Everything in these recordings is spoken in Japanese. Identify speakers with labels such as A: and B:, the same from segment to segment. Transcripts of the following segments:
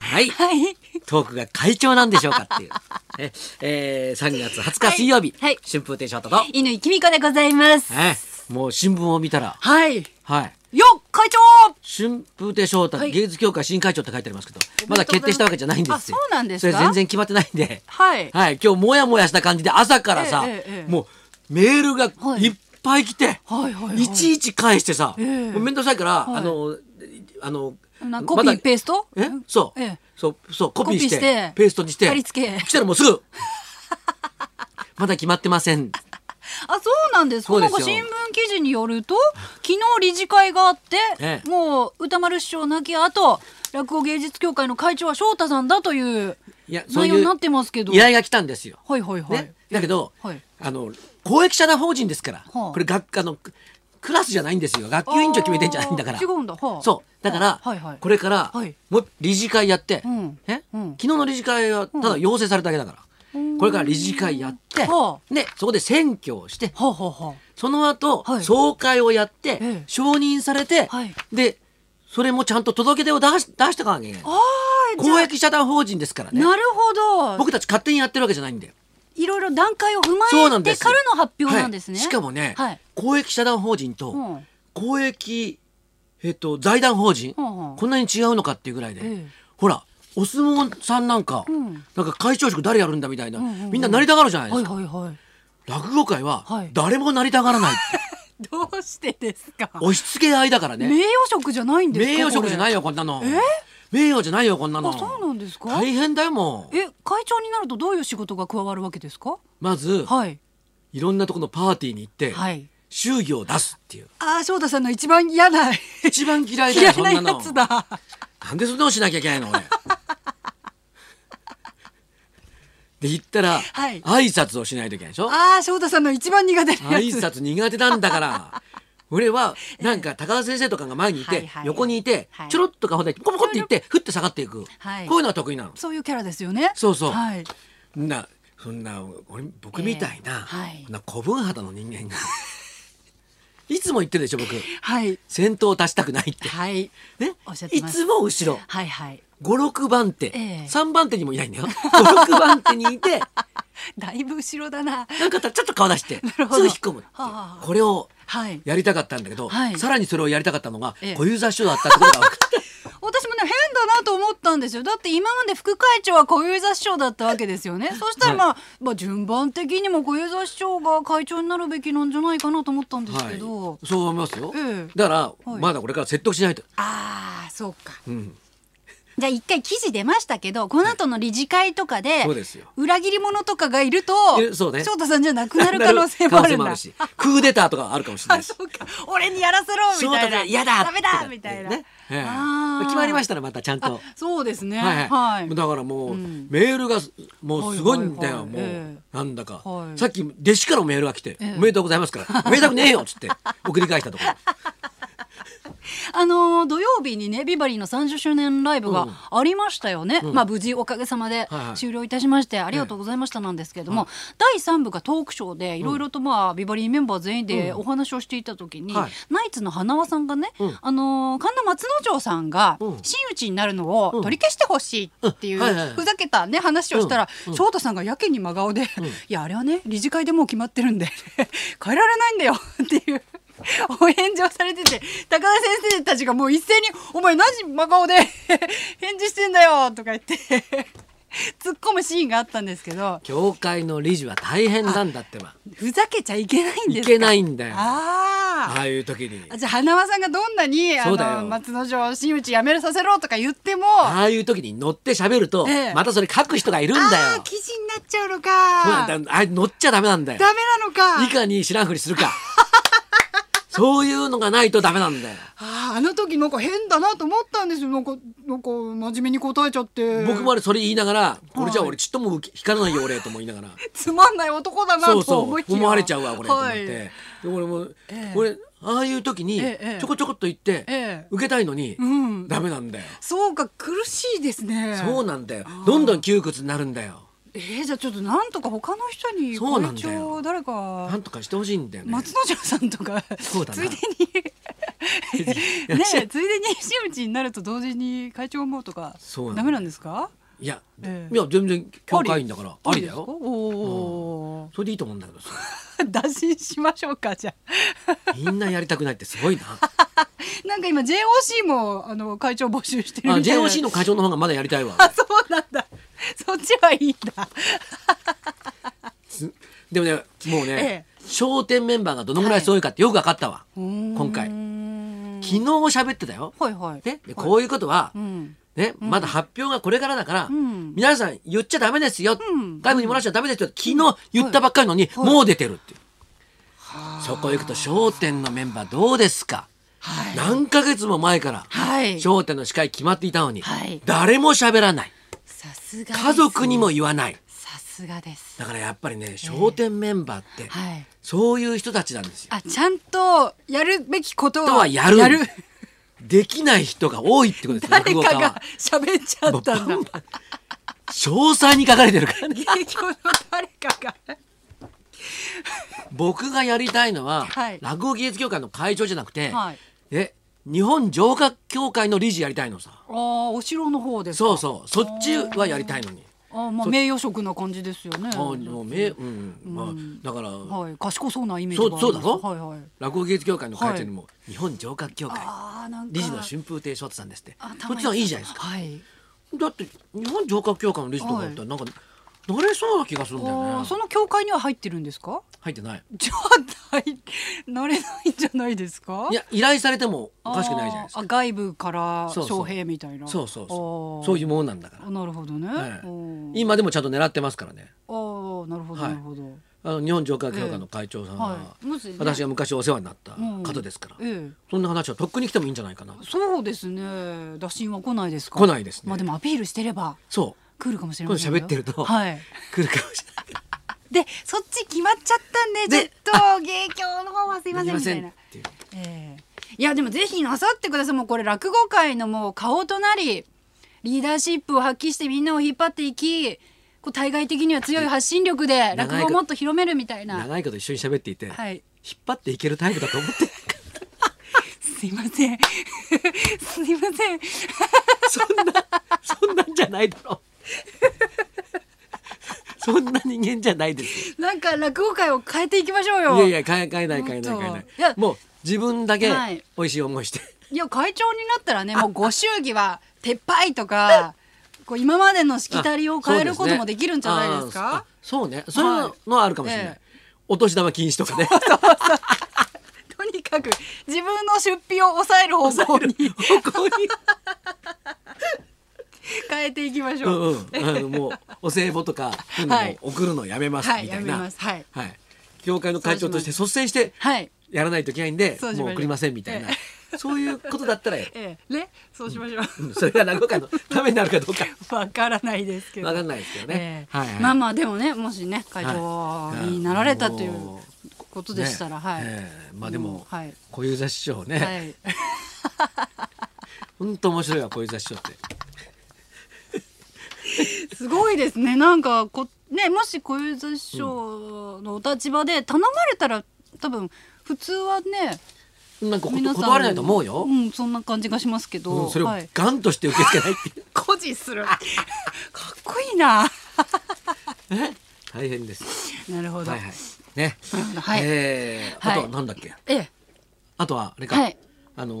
A: はい
B: はい。
A: トークが会長なんでしょうか っていう。ええー、3月20日水曜日、
B: はいはい
A: 春風亭昇太と、え
B: 犬井君子でございます。
A: ーもう新聞を見たら、
B: はい。
A: はい、
B: よっ会長
A: 春風亭昇太、
B: はい
A: 芸術協会新会長って書いてありますけど、
B: おめでとうございます
A: まだ決定したわけじゃないんですよ。
B: あそうなんです
A: そ
B: か
A: れ全然決まってないんで、
B: はい
A: はい、今日もやもやした感じで朝からさ、
B: ええええええ
A: もうメールが
B: はい
A: いっぱい来て、
B: はいはいはい
A: いちいち返してさ、
B: ええ
A: もう面倒くさいから、
B: い
A: あの、あの、
B: なコピーペースト
A: まだえそう、
B: ええ
A: そう、そう、コピーして、
B: コピーして
A: ペーストにして、
B: 貼り付け
A: 来たらもうすぐ まだ決まってません。
B: あ、そうなんですか。
A: そうで
B: な
A: す
B: ん
A: よ
B: か新聞記事によると、昨日理事会があって、
A: ええ
B: もう歌丸師匠亡き後、落語芸術協会の会長は翔太さんだという
A: いやそう
B: 内
A: いう
B: 容になってますけど。
A: 依頼が来たんですよ。
B: はいはいはい。
A: ね、だけど、
B: はい
A: あの公益社団法人ですから、
B: はあ
A: これ学あのククラスじゃないんですよ学級委員長決めてんじゃないんだから
B: あー違うんだはあ
A: そうだから、
B: はいはい
A: これから、
B: はい
A: もう理事会やって、
B: うん
A: ね
B: うん
A: 昨日の理事会はただ要請されただけだから、これから理事会やって、
B: は
A: ね、そこで選挙をして
B: はあ、はあはあ、
A: その後、
B: はい
A: 総会をやって、
B: え
A: 承認されて、
B: はい
A: でそれもちゃんと届け出を出し出してかなきゃいけない
B: あーじゃあ
A: 公益社団法人ですからね
B: なるほど
A: 僕たち勝手にやってるわけじゃないんだよ
B: いろいろ段階を踏ま
A: そうな
B: え
A: んで
B: て
A: す
B: からの発表なんですね、
A: はいしかもね、
B: はい
A: 公益社団法人と
B: うん
A: 公益、えっと、財団法人、
B: うんうん
A: こんなに違うのかっていうぐらいで、
B: ええ
A: ほらお相撲さんなんか、
B: ん
A: なんか会長職誰やるんだみたいな、
B: んうんうん
A: みんななりたがるじゃないで
B: は
A: す
B: い
A: か、
B: はいはい
A: 落語界は
B: はい
A: 誰もなりたがら ないって、
B: どうしてですか
A: 押し付け合いだから
B: 名
A: ね
B: 誉職じゃないんですか
A: 名誉職じゃない
B: よ
A: よこんなの名誉じゃないよこんなの
B: あそうなんですか
A: 大変だよもう
B: え会長になるとどういう仕事が加わるわけですか
A: まず、
B: はい
A: い、ろんなとこのパーティーに行って、
B: はい
A: 祝儀を出すっていう
B: ああ翔太さんの一番嫌な
A: 一番嫌いだ
B: 嫌
A: よそん
B: な
A: な
B: や
A: の
B: つだ
A: なんでそんなのしなきゃいけないの 俺。で行ったら、
B: はい
A: 挨拶をしないといけないでしょ
B: ああ翔太さんの一番苦手な
A: 挨
B: やつ
A: 拶苦手なんだから。俺はなんか高田先生とかが前にいて、
B: はいはい
A: 横にいて、
B: はい
A: ちょろっと顔でコポコって行ってふって下がっていく、
B: はい
A: こういうのは得意なの。
B: そういうキャラですよね
A: そうそう
B: はい
A: なそんな俺僕みたいな,、
B: ええはい
A: こんな古文肌の人間が いつも言ってるでしょ僕
B: はい
A: 先頭を出したくない って。
B: はい
A: ね
B: おっしゃっ、て
A: い
B: ます
A: つも後ろ
B: はいはい
A: 56番手、
B: ええ
A: 3番手にもいないんだよ56番手にい て
B: だいぶ後ろだな
A: なんかちょっと顔出して
B: るほ
A: す
B: ど
A: ぐ引っ込むっていう
B: はあはあ
A: これを
B: はい
A: やりたかったんだけど、
B: はい
A: さらにそれをやりたかったのが
B: ええ
A: 小遊三師匠だったってことが分かっ
B: 私もね変だなと思ったんですよだって今まで副会長は小遊三師匠だったわけですよねそしたらまあ、まあ順番的にも小遊三師匠が会長になるべきなんじゃないかなと思ったんで
A: た、
B: すけど、
A: はい、そう思いますよ、
B: ええ
A: だから、
B: はい
A: まだこれから説得しないと、
B: ああそうか
A: うん、
B: じゃあ一回記事出ましたけどこの後の理事会とかで,、
A: そうですよ
B: 裏切り者とかがいると
A: いるそうね
B: 翔太さんじゃなくなる可能 性もあるんだ
A: 可能 性しクーデターとかあるかもしれな
B: あ
A: いし
B: そうか俺にやらせろみたいな
A: で嫌だ
B: ダメ
A: とか
B: だ
A: って
B: みたいな、
A: ねええ
B: あー
A: 決まりましたらまたちゃん
B: あ
A: と
B: そうですね
A: はい
B: は
A: はいい、だからもう、
B: ん
A: メールがすもうすごいんだよ、
B: はいはいはい
A: もう、
B: ええ
A: なんだか、
B: はい
A: さっき弟子からもメールが来て、
B: ええ
A: おめでとうございます からおめでたくねえよっつって送り返したところ
B: あのー土曜日にねビバリーの30周年ライブがありましたよね、まあ無事おかげさまで
A: はいはい
B: 終了いたしまして、ありがとうございましたなんですけれども、第3部がトークショーでいろいろとまあビバリーメンバー全員でお話をしていた時に、
A: はい
B: ナイツの花輪さんがね、
A: うん
B: あのー神田松之丞さんが
A: うん
B: 真打ちになるのを取り消してほしいっていう
A: うんはいはいはい
B: ふざけたね話をしたら、翔太さんがやけに真顔で、 いやあれはね理事会でもう決まってるんで 変えられないんだよ っていうお返事をされてて高田先生たちがもう一斉に「お前何真顔で 返事してんだよ」とか言って 突っ込むシーンがあったんですけど
A: 教会の理事は大変なんだってば
B: ふざけちゃいけないんで
A: い
B: すか
A: けないんだよあ
B: あー
A: あいう時に
B: あじゃあ花輪さんがどんなにあ
A: そうだよ
B: の松之丞真打ちやめるさせろとか言っても
A: ああいう時に乗って喋ると、
B: ええ
A: またそれ書く人がいるんだよ
B: あー記事になっちゃうのか
A: そうなんだあれ乗っちゃダメなんだよ
B: ダメなのか
A: いかに知らんふりするかそういうのがないとダメなんだよ
B: あーあの時なんか変だなと思ったんですよなんかなんか真面目に答えちゃって
A: 僕もあれそれ言いながら、これじゃあ
B: はい
A: 俺ちっとも受け光らないよ俺とも言いながら
B: つまん ない男だな
A: そう
B: と
A: そ
B: 思
A: う
B: いきや
A: 思われちゃうわこれと思って、
B: はい
A: で俺も、
B: ええ
A: 俺ああいう時に
B: ええ
A: ちょこちょこっと言って、
B: ええ
A: 受けたいのに、
B: うん
A: ダメなんだよ、
B: そうか苦しいですね
A: そうなんだよどんどん窮屈になるんだよ
B: えー、じゃあちょっとなんとか他の人に
A: そうなんだよ
B: 会長誰
A: な
B: か
A: んとかしてほしいんだよね
B: 松之丞さんとか
A: そうだな
B: ついでにねえついでに石口になると同時に会長もとか
A: そうなんだ
B: ダメなんですか
A: いや、
B: ええ
A: いや全然教会員だからありだ
B: ですか
A: よ
B: おお、
A: それでいいと思うんだけどさ
B: 打診しましょうかじゃあ
A: みんなやりたくないってす ごいな
B: なんか今 JOC もあの会長募集してる
A: あ
B: みたいな
A: JOC の会長の方がまだやりたいわ
B: あそうなんだ そっちはいいんだ
A: つでもねもうね
B: ええ
A: 笑点メンバーがどのぐらいすごいかってよく分かったわ、 今
B: 今
A: 回昨
B: は
A: 日喋ってたよ、
B: いはい
A: ね、
B: はい
A: でこういうことは、
B: うん
A: ね、まだ発表がこれからだから、
B: うん
A: 皆さん言っちゃダメですよ、
B: ん
A: 外部に漏らしちゃダメですよ昨日言ったばっかりのに、
B: はい
A: もう出てるっていう、そこ行くと『笑点』のメンバーどうですか、
B: はい
A: 何ヶ月も前から
B: はい
A: 『笑点』の司会決まっていたのに、
B: はい
A: 誰も喋らない
B: さすがです
A: 家族にも言わない
B: さすがです
A: だからやっぱりね『笑点』メンバーって、
B: はい
A: そういう人たちなんですよ。
B: あちゃんとやるべきこと
A: と
B: は
A: はやるできない人が多いってことですね
B: 誰
A: 落
B: か
A: 語家は
B: が喋っちゃったんだ
A: もうバンバン詳細に書かれてるからね
B: 影響の誰か が
A: 僕がやりたいのは、
B: はい
A: 落語技術協会の会長じゃなくて、
B: はい
A: え日本城郭協会の理事やりたいのさ
B: あーお城の方ですか
A: そうそうそっちはやりたいのに
B: あーまあ名誉職な感じですよね
A: もうもうめ、うんまあ、だから、
B: はい賢そうなイメージがあり
A: そう
B: ます
A: そうだろ
B: はいはい
A: 落語技術協会の会長にも、日本城郭協会
B: あーなんか
A: 理事の春風亭昇太さんですって
B: あた
A: こ
B: ま
A: っ
B: に
A: ちの方がいいじゃないですか
B: はい
A: だって日本城郭協会の理事とかだったらなんか慣れそうな気がするんだよ
B: あー
A: ね
B: その教会には入ってるんですか
A: 入ってない
B: じゃあないなれないんじゃないですか
A: いや依頼されてもおかしくないじゃないですか
B: あーあ外部から
A: そうそう
B: 招聘みたいな
A: そうそうそうそういううものなんだから
B: なるほどね、
A: はい
B: おー
A: 今でもちゃんと狙ってますからね
B: あーなるほど
A: はい
B: なるほど、
A: あの日本上官協会の会長さんは、
B: ええはいもしね
A: 私が昔お世話になった方ですから、
B: ええ
A: そんな話はとっくに来てもいいんじゃないかな
B: そうですね打診は来ないですか
A: 来ないですね
B: まあでもアピールしてれば
A: そ
B: 来るかもし
A: う
B: れ
A: これ
B: ませんよ
A: 喋ってると、
B: はい
A: 来るかもしれない
B: でそっち決まっちゃったんで
A: で
B: ちょっと芸協の方はすいませんみたいな
A: っていう
B: ええいやでもぜひなさってくださいもうこれ落語界のもう顔となりリーダーシップを発揮してみんなを引っ張っていきこう対外的には強い発信力で落語をもっと広めるみたいな
A: 長いこと一緒に喋っていて、
B: はい
A: 引っ張っていけるタイプだと思って
B: すいません すいません
A: そんなそんなんじゃないだ ろうそんな人間じゃないです
B: なんか落語界を変えていきましょうよ
A: よいやいや変え変えない変えない変え
B: も
A: な
B: っ
A: い
B: といや
A: もう自分だけ
B: はい
A: 美味しい思いして、
B: いや会長になったらねもうご祝儀は撤廃とかこう今までのしきたりを変えることもできるんじゃないですか
A: あそうですねあそうねそういうのはあるかもしれない、
B: はいえ
A: お年玉禁止とかね
B: とにかく自分の出費を抑える方向に変えていきまし
A: う
B: ょう。
A: んうんあのもうお歳暮とかそういうの
B: は
A: も
B: いう
A: 送るのやめます
B: はい
A: みたい
B: やめ
A: な
B: ますはい
A: 教会の会長として率先して
B: はい。
A: やらないといけないんで
B: そうしましょ
A: も
B: う
A: う送りませんみたいなそういうことだったらう
B: ええ、ね、そうしましょう。
A: んそれが落語会のためになるかどうか
B: わからないですけど。
A: わかんないですけどね
B: ええ
A: はいはい
B: まあまあでもね、もしね、会長
A: はい
B: になられたとい
A: あの
B: うことでしたら、はい。
A: ねええまあでも
B: うんはい。
A: 小遊三師匠
B: は
A: ね
B: い。
A: ほんと面白いわ小遊三師匠って
B: すごいですね。なんかこね、もし小遊三師匠のお立場で頼まれたら多分普通はね、
A: なんかこ
B: 皆さん
A: 断れないと思うよ
B: うん、そんな感じがしますけど、
A: うんそれを
B: はい。
A: ガンとして受け付けないっていう
B: 誇示する。かっこいいな。
A: 大変です
B: なるほど。
A: はいはい。ね。
B: はい
A: えー
B: はい
A: あとなんだっけ。
B: ええ、
A: あとはあれか。
B: はい
A: あの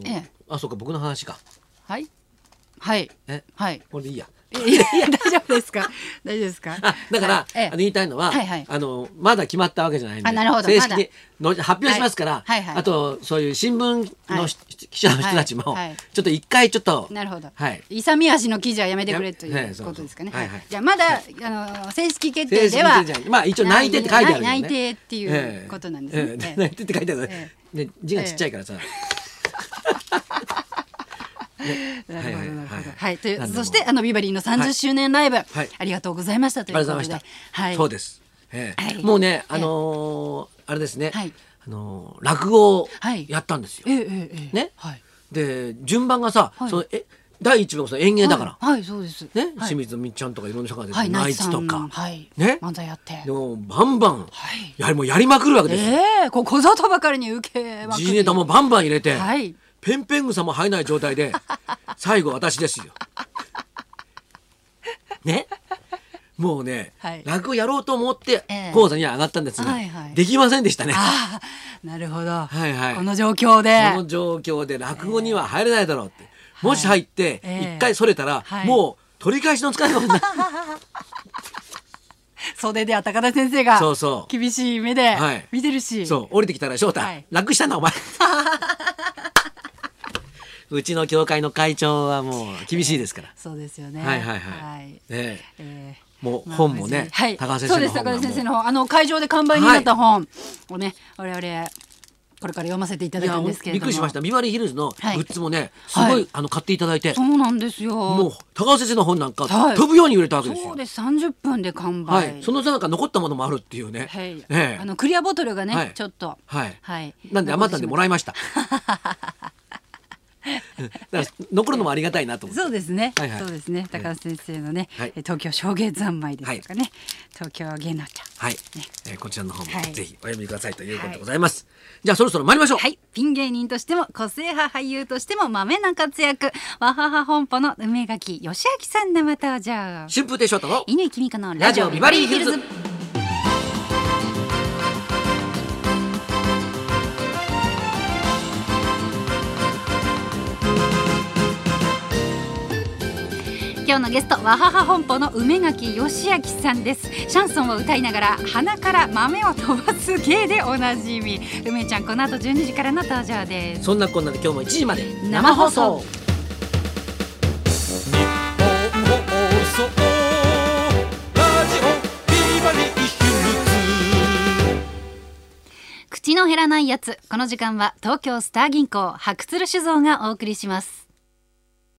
A: ー
B: ええ
A: あそうか僕の話か。
B: はい。はい。
A: え
B: はい。
A: これでいいや。
B: いやいや 大丈夫ですか。大丈夫ですか。
A: あ だから、
B: はいえ
A: あの
B: え
A: 言いたいのは、
B: はいはい
A: あのまだ決まったわけじゃないんで
B: あなるほど
A: 正式にの発表
B: はい
A: しますから、
B: はいはい
A: あとそういう新聞の、
B: はい
A: 記者の人たちも、
B: はいはい
A: ちょっと一回ちょっと
B: なるほど。
A: はい
B: 勇み足の記事はやめてくれとい
A: やええ
B: う
A: そう
B: ことですかね。
A: そうはい
B: は
A: はい
B: いじゃあまだあの正式決定で
A: 正
B: は
A: 式じゃないまあ一応内定って書いてあるよね
B: 内定ってい
A: え
B: う
A: え
B: ことなんですね。
A: ええ
B: ええ
A: 内定って書いてある、
B: え
A: ね字がちっちゃいからさ、
B: なるほどなるほ
A: はいはい
B: ど
A: はい。
B: はい。とい
A: な
B: うん
A: でも
B: そしてあのビバリーの30周年ライブ
A: はい
B: ありがとうございましたとい
A: あり
B: う
A: がと
B: こ
A: うございま
B: とで
A: し。た。
B: はい。
A: そうです。ええ
B: はい
A: もうね、あのーあれですね。
B: はい
A: あのー落語を
B: はい
A: やったんですよ。
B: ええええええ
A: ね
B: はい。
A: で順番がさ、
B: はい
A: そのえ第一幕その演芸だから、
B: はい、はいそうです。
A: ね、
B: はい、
A: 清水みっちゃんとかいろんな人が出
B: は
A: て
B: い、
A: ナ
B: ナ
A: イ
B: イツ
A: ツ
B: さ
A: と
B: ん
A: か、
B: はい、
A: ね
B: 漫才やって。
A: でもバンバン、
B: はい
A: やはりもうやりまくるわけですよ。
B: ええこう小里ばかりに受けまくり。
A: 時事ネタもバンバン入れて、
B: はい。
A: ペンペン草も生えない状態 で最後私ですよ。ねもうね、
B: はい
A: 落語やろうと思って
B: ええ
A: 講座には上がったんですが、
B: はいはい
A: できませんでしたね。こ
B: ああ、なるほど。
A: はいはい
B: この状況で。
A: の状況で落語には入れないだろうって、もし入って
B: ええ
A: 一回それたら、
B: はい
A: もう取り返しのつかない ことになる
B: 袖では高田先生が
A: そうそう
B: 厳しい目で
A: はい
B: 見てるし、
A: そう降りてきたら翔太、
B: はい
A: 楽したな お前うちの教会の会長はもう厳しいですから、
B: そうですよね。
A: はいはいはい、
B: い
A: ねえ
B: え
A: も
B: ー
A: う
B: まあ
A: 本もね、
B: 無事はい、
A: 高橋先
B: そう
A: 生の
B: です
A: 本
B: 高
A: が
B: 田先生
A: も
B: の本あの会場で完売になった本をね、我々これから読ませていた
A: うい
B: だ
A: や
B: くん
A: ほん
B: ですけ
A: びっ
B: れど
A: く
B: も
A: りしましたビバリーヒルズのグ
B: はい
A: ッズもねすご、
B: はいい
A: あの買っていただいて、
B: そうなんですよ
A: もう高橋先生の本なんか、
B: はい
A: 飛ぶように売れたわけです
B: そ
A: よ
B: うです30分で完
A: は
B: 売、
A: い、そのさなか残ったものもあるっていうね、
B: はい
A: ええ
B: あのクリアボトルがね、
A: はい
B: ちょっと
A: はい
B: はい
A: なんで余ったんでもら
B: え
A: いま した。うんだから残るのもありがたいなと思って。
B: そうですね、
A: はいはい
B: そうですね高田先生のね、
A: はい
B: え東京証言三昧ですとかね、東京芸能茶
A: はい、えーこちらの方も
B: はい
A: ぜひお読みくださいということでございます。じゃあそろそろ参りましょう。
B: はい、ピン芸人としても個性派俳優としてもまめな活躍わはは本舗の梅垣義明さん生登場
A: 春風亭昇太の
B: 乾きみかの
A: ラジオビバリーヒルズ。
B: 今日のゲストわはは本舗の梅垣義明さんですシャンソンを歌いながら鼻から豆を飛ばす芸でおなじみ梅ちゃんこの後12時からの登場です
A: そんなこんなで今日も1時まで
B: 生放送
C: 放送ラジオビバリーヒルズ
B: 口の減らないやつこの時間は東京スター銀行白鶴酒造がお送りします